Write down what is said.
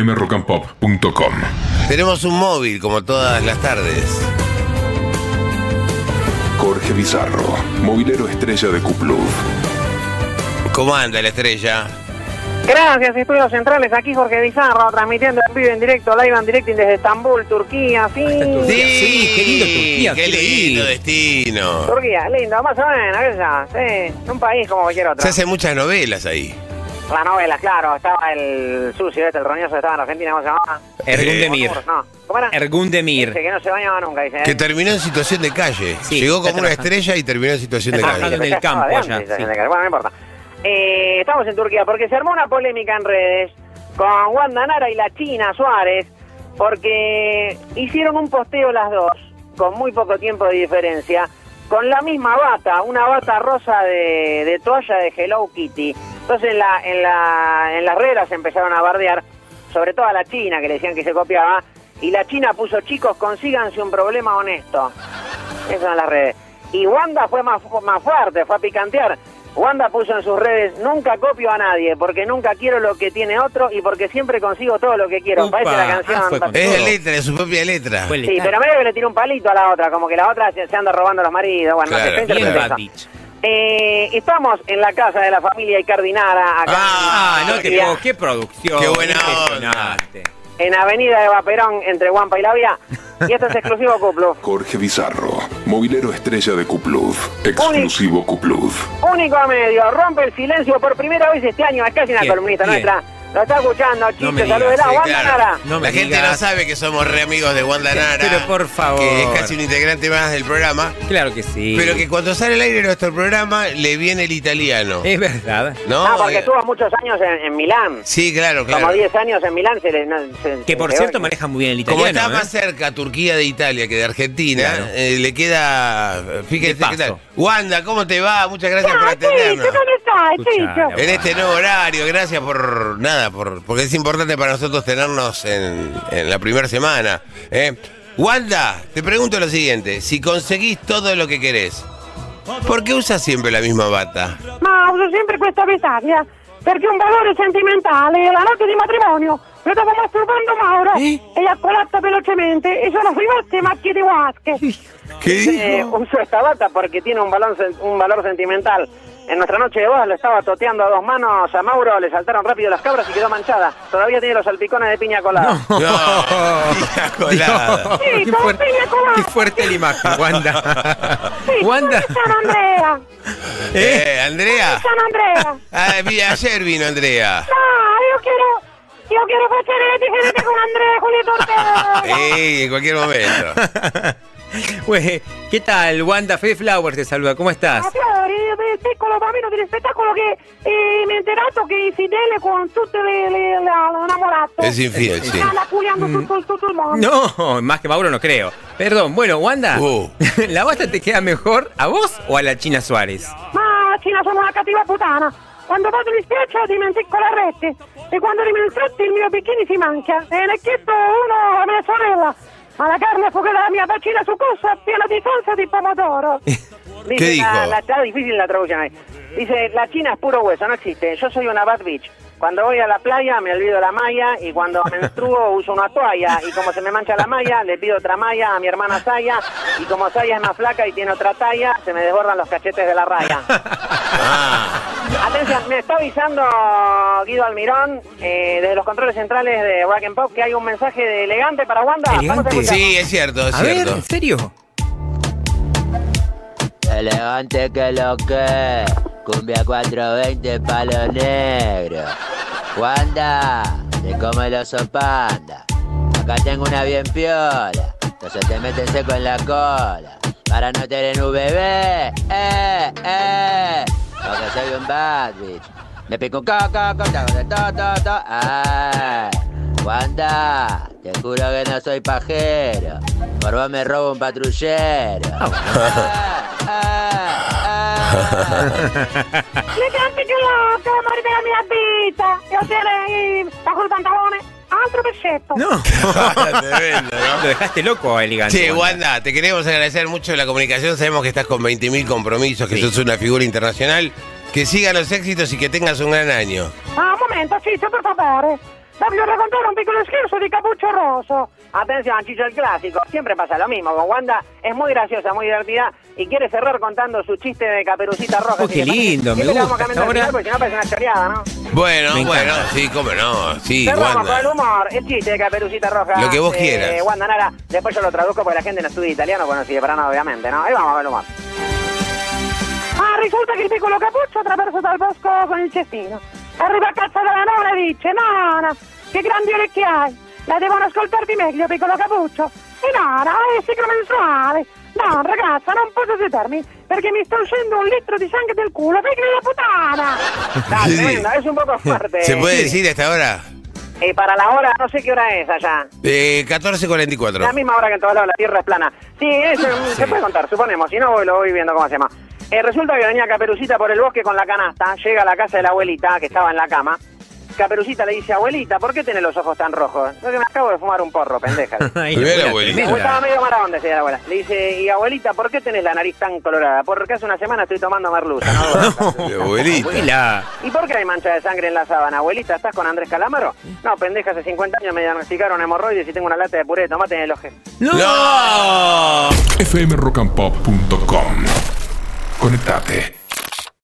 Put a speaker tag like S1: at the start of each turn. S1: fmrockandpop.com.
S2: Tenemos un móvil como todas las tardes.
S1: Jorge Bizarro, movilero estrella de Kupluf.
S2: ¿Cómo anda la estrella?
S3: Gracias, Estudios Centrales. Aquí Jorge Bizarro, transmitiendo en vivo, en directo, live and directing desde Estambul, Turquía. Sí,
S4: Turquía. sí, qué lindo Turquía,
S2: Qué
S4: quiero
S2: lindo
S4: ir.
S2: destino.
S3: Turquía, lindo, más o menos, qué sé yo, Sí, un país como cualquier otro.
S2: Se hacen muchas novelas ahí.
S3: La novela, claro, estaba el sucio, este, el roñoso, estaba en Argentina, ¿cómo se llamaba?
S4: Ergundemir.
S3: Onur, No, ¿cómo era?
S4: Ergundemir.
S3: Dice que no se bañaba nunca, dice. ¿eh?
S2: Que terminó en situación de calle.
S4: Sí,
S2: Llegó
S4: está
S2: como una
S4: trabajando.
S2: estrella y terminó en situación de
S4: Está
S2: calle.
S4: trabajando en el campo
S3: Ah, de
S4: allá,
S3: antes,
S4: sí.
S3: en el campo. Bueno, no importa. Eh, estamos en Turquía porque se armó una polémica en redes con Wanda Nara y la China Suárez porque hicieron un posteo las dos con muy poco tiempo de diferencia con la misma bata, una bata rosa de, de toalla de Hello Kitty. Entonces en, la, en, la, en las redes las empezaron a bardear, sobre todo a la China que le decían que se copiaba y la China puso chicos consíganse un problema honesto. Eso en las redes. Y Wanda fue más, más fuerte, fue a picantear. Wanda puso en sus redes, nunca copio a nadie, porque nunca quiero lo que tiene otro y porque siempre consigo todo lo que quiero.
S4: Upa,
S3: Parece la
S4: ah,
S3: canción.
S4: fue con-
S2: Es la
S4: Todo.
S2: letra, es su propia letra.
S4: Fue el
S3: Sí, pero medio que le tiró un palito a la otra, como que la otra se, se anda robando a los maridos. Bueno, no sé,
S2: Claro,
S3: pensé lo que
S4: Bien,
S3: pensaba.
S4: Radich.
S3: Eh, estamos en la casa de la familia Icardinara, acá
S4: Ah,
S2: Ah,
S4: no te
S3: mira.
S4: puedo, qué producción.
S2: Qué buena
S4: impresionante.
S3: en Avenida Eva Perón, entre Guampa y La Vía. Y esto es exclusivo Cuplo.
S1: Jorge Bizarro, movilero estrella de Kupluf. Exclusivo Kupluf.
S3: Único medio, rompe el silencio por primera vez este año. Es casi una
S4: Bien,
S3: columnista
S4: bien.
S3: nuestra. Lo está escuchando, chiste,
S4: me digas,
S3: salúdela,
S2: Sí,
S3: Wanda
S2: Eh, claro.
S3: Nara.
S4: No me
S2: la gente
S4: digas.
S2: no sabe que somos re amigos de Wanda Nara.
S4: Pero por favor.
S2: Que es casi un integrante más del programa.
S4: Claro que sí.
S2: Pero que cuando sale al aire nuestro programa le viene el italiano.
S4: Es verdad.
S2: ¿No?
S3: Ah, porque
S2: Eh,
S3: estuvo muchos años en, en Milán.
S2: Sí, claro, claro.
S3: Como 10 años en Milán se le. no, se-
S4: Que
S3: se
S4: por
S3: le-
S4: cierto maneja muy bien el
S2: Como
S4: italiano.
S2: está
S4: ¿eh?
S2: más cerca Turquía de Italia que de Argentina,
S4: Claro.
S2: eh, le queda. Fíjate
S4: De paso.
S2: qué tal. Wanda, ¿cómo te va? Muchas gracias por
S3: Ah,
S2: atendernos.
S3: Chicho, ¿dónde estás,
S4: Escuchá,
S3: Chicho?
S4: la-
S2: En este nuevo horario, gracias por nada, por, porque es importante para nosotros tenernos en, en la primera semana. ¿eh? Wanda, te pregunto lo siguiente, si conseguís todo lo que querés, ¿por qué usas siempre la misma bata?
S3: Ma uso sempre questa vestaglia perché è un valore sentimentale. La notte di matrimonio lo stavo masturbando Mauro
S4: Eh?
S3: e l'ha colata velocemente e sono rimaste macchie di guasche.
S2: ¿Qué
S3: Eh, uso esta bata porque tiene un, balón, sen- un valor sentimental. E En nuestra noche de bodas lo estaba toteando a dos manos a Mauro, le saltaron rápido las cabras y quedó manchada. Todavía tiene los salpicones de piña colada.
S2: No, piña colada.
S3: Sí,
S4: qué,
S3: con
S4: fuerte,
S3: piña colada.
S4: qué fuerte la imagen, Wanda.
S3: Sì,
S4: Wanda.
S3: dove sono Andrea?
S2: Eh, Andrea.
S3: Sono Andrea.
S2: Ah, vi- ayer vino Andrea.
S3: No, io quiero, io quiero fare le differenze con Andrea, con le torte.
S2: Eh, en cualquier momento.
S4: Güey, pues, ¿Qué tal, Wanda? Fede Flowers te saluda, ¿cómo
S3: Ma
S4: estás?
S3: Fiori, il piccolo bambino dello spettacolo che eh, mi ha interatto che è infedele con tutte le, le, la- l'innamorato.
S2: Es infiel, sí.
S3: Sta culiando tutto, tutto il mondo.
S4: No, más que Mauro no creo. Perdón, bueno, Wanda,
S2: Uh.
S4: ¿la bata te queda mejor a vos o a la China Suárez?
S3: Ma Cina sono una cattiva puttana. Quando vado in spiaggia dimentico la rete e quando dimentico il mio bikini si manca. E ne chiedo uno a mia sorella. Ma la carne fuga dalla mia vaccina su corsa è piena di salsa di pomodoro.
S2: ¿Qué dijo?
S3: está difícil la traducción ahí. Dice, la China es puro hueso, no existe. Yo soy una bad bitch. Cuando voy a la playa me olvido la malla y cuando menstruo uso una toalla y como se me mancha la malla le pido otra malla a mi hermana Saya y como Saya es más flaca y tiene otra talla se me desbordan los cachetes de la raya.
S2: Ah,
S3: Atención, me está avisando Guido Almirón eh, desde los controles centrales de Rock and Pop que hay un mensaje de elegante para Wanda. Vamos a
S4: Elegante.
S3: escuchar.
S2: sí, es cierto, es
S4: a ver,
S2: cierto.
S4: ¿en serio?
S5: Elegante que lo que, cumbia 420 palo negro. Wanda, te come el oso panda. Acá tengo una bien piola, entonces te meten seco en la cola. Para no tener un bebé, eh, eh. Porque soy un bad bitch. Me pico un coco, con taco de to, to, to. Ay. Wanda, te juro que no soy pajero. Por vos me robo un patrullero. Ah, ah, ah.
S3: Le canti che loco, amore della mia vita! Io te le sta col pantalone, altro pescetto!
S4: No. Ah,
S2: Tremendo, ¿no?
S4: Lo dejaste loco, elegante.
S2: Sí, Wanda, te queremos agradecer mucho la comunicación. Sabemos que estás con 20.000 compromisos, que
S4: Sí.
S2: sos una figura internacional. Que sigan los éxitos y que tengas un gran año.
S3: Ah, un momento, Ciccio, per favore! Voglio raccontare un piccolo scherzo di Capuccio Rosso. Atención, Chicho, el clásico. Siempre pasa lo mismo. Con Wanda es muy graciosa, muy divertida y quiere cerrar contando su chiste de caperucita roja.
S4: Oh, qué
S3: Si le parece,
S4: lindo, me
S3: siempre le vamos
S4: gusta.
S3: cambiando al
S4: Ahora-
S3: final, porque si no parece una choreada, ¿no?
S2: Bueno,
S4: Me
S2: bueno,
S4: encanta.
S2: sí, cómo no. Sí,
S3: Cerramos con el
S2: Wanda.
S3: humor, el chiste de Caperucita Roja.
S2: Lo que vos
S3: de
S2: quieras.
S3: Wanda Nara. Después yo lo traduzco porque la gente no estudia italiano, bueno, sí, para nada, obviamente, ¿no? Ahí vamos con el humor. Ah, risulta che il piccolo Capuccio ha attraversato il bosco con il cestino. Arriva a cazzo dalla nonna e dice, nonna, che grandi orecchie hai. La devono ascoltarti meglio, piccolo Capuccio. E nonna, è il ciclo menstruale. No, ragazza, non posso sedermi perché mi sta uscendo un litro di sangue del culo, figlio di puttana. Dai,
S2: Sí.
S3: tremendo, es un poco fuerte.
S2: ¿Se puede decir hasta ahora?
S3: Y para la hora, no sé qué hora es allá.
S2: Eh,
S3: La
S2: 14.44.
S3: misma hora que en todos lados, la Tierra es plana. Sí, es, mm, se
S2: Sí.
S3: puede contar, suponemos. Si no, voy- lo voy viendo cómo se llama. Eh, resulta que venía Caperucita por el bosque con la canasta, llega a la casa de la abuelita, que estaba en la cama. Caperucita le dice, abuelita, ¿por qué tenés los ojos tan rojos? Porque me acabo de fumar un porro, pendeja.
S4: Ay,
S2: Mira,
S4: abuela,
S2: abuelita.
S3: Como Estaba
S4: tremenda.
S3: medio mala onda, decía la abuela. Le dice, y abuelita, ¿por qué tenés la nariz tan colorada? Porque hace una semana estoy tomando merluza. ¿no?
S2: Abuelita.
S4: Abuela.
S3: ¿Y por qué hay mancha de sangre en la sábana, abuelita? ¿Estás con Andrés Calamaro? No, pendeja, hace 50 años me diagnosticaron hemorroides y tengo una lata de puré de tomate en el ojo.
S4: ¡No!
S1: fmrockandpop.com. Conectate.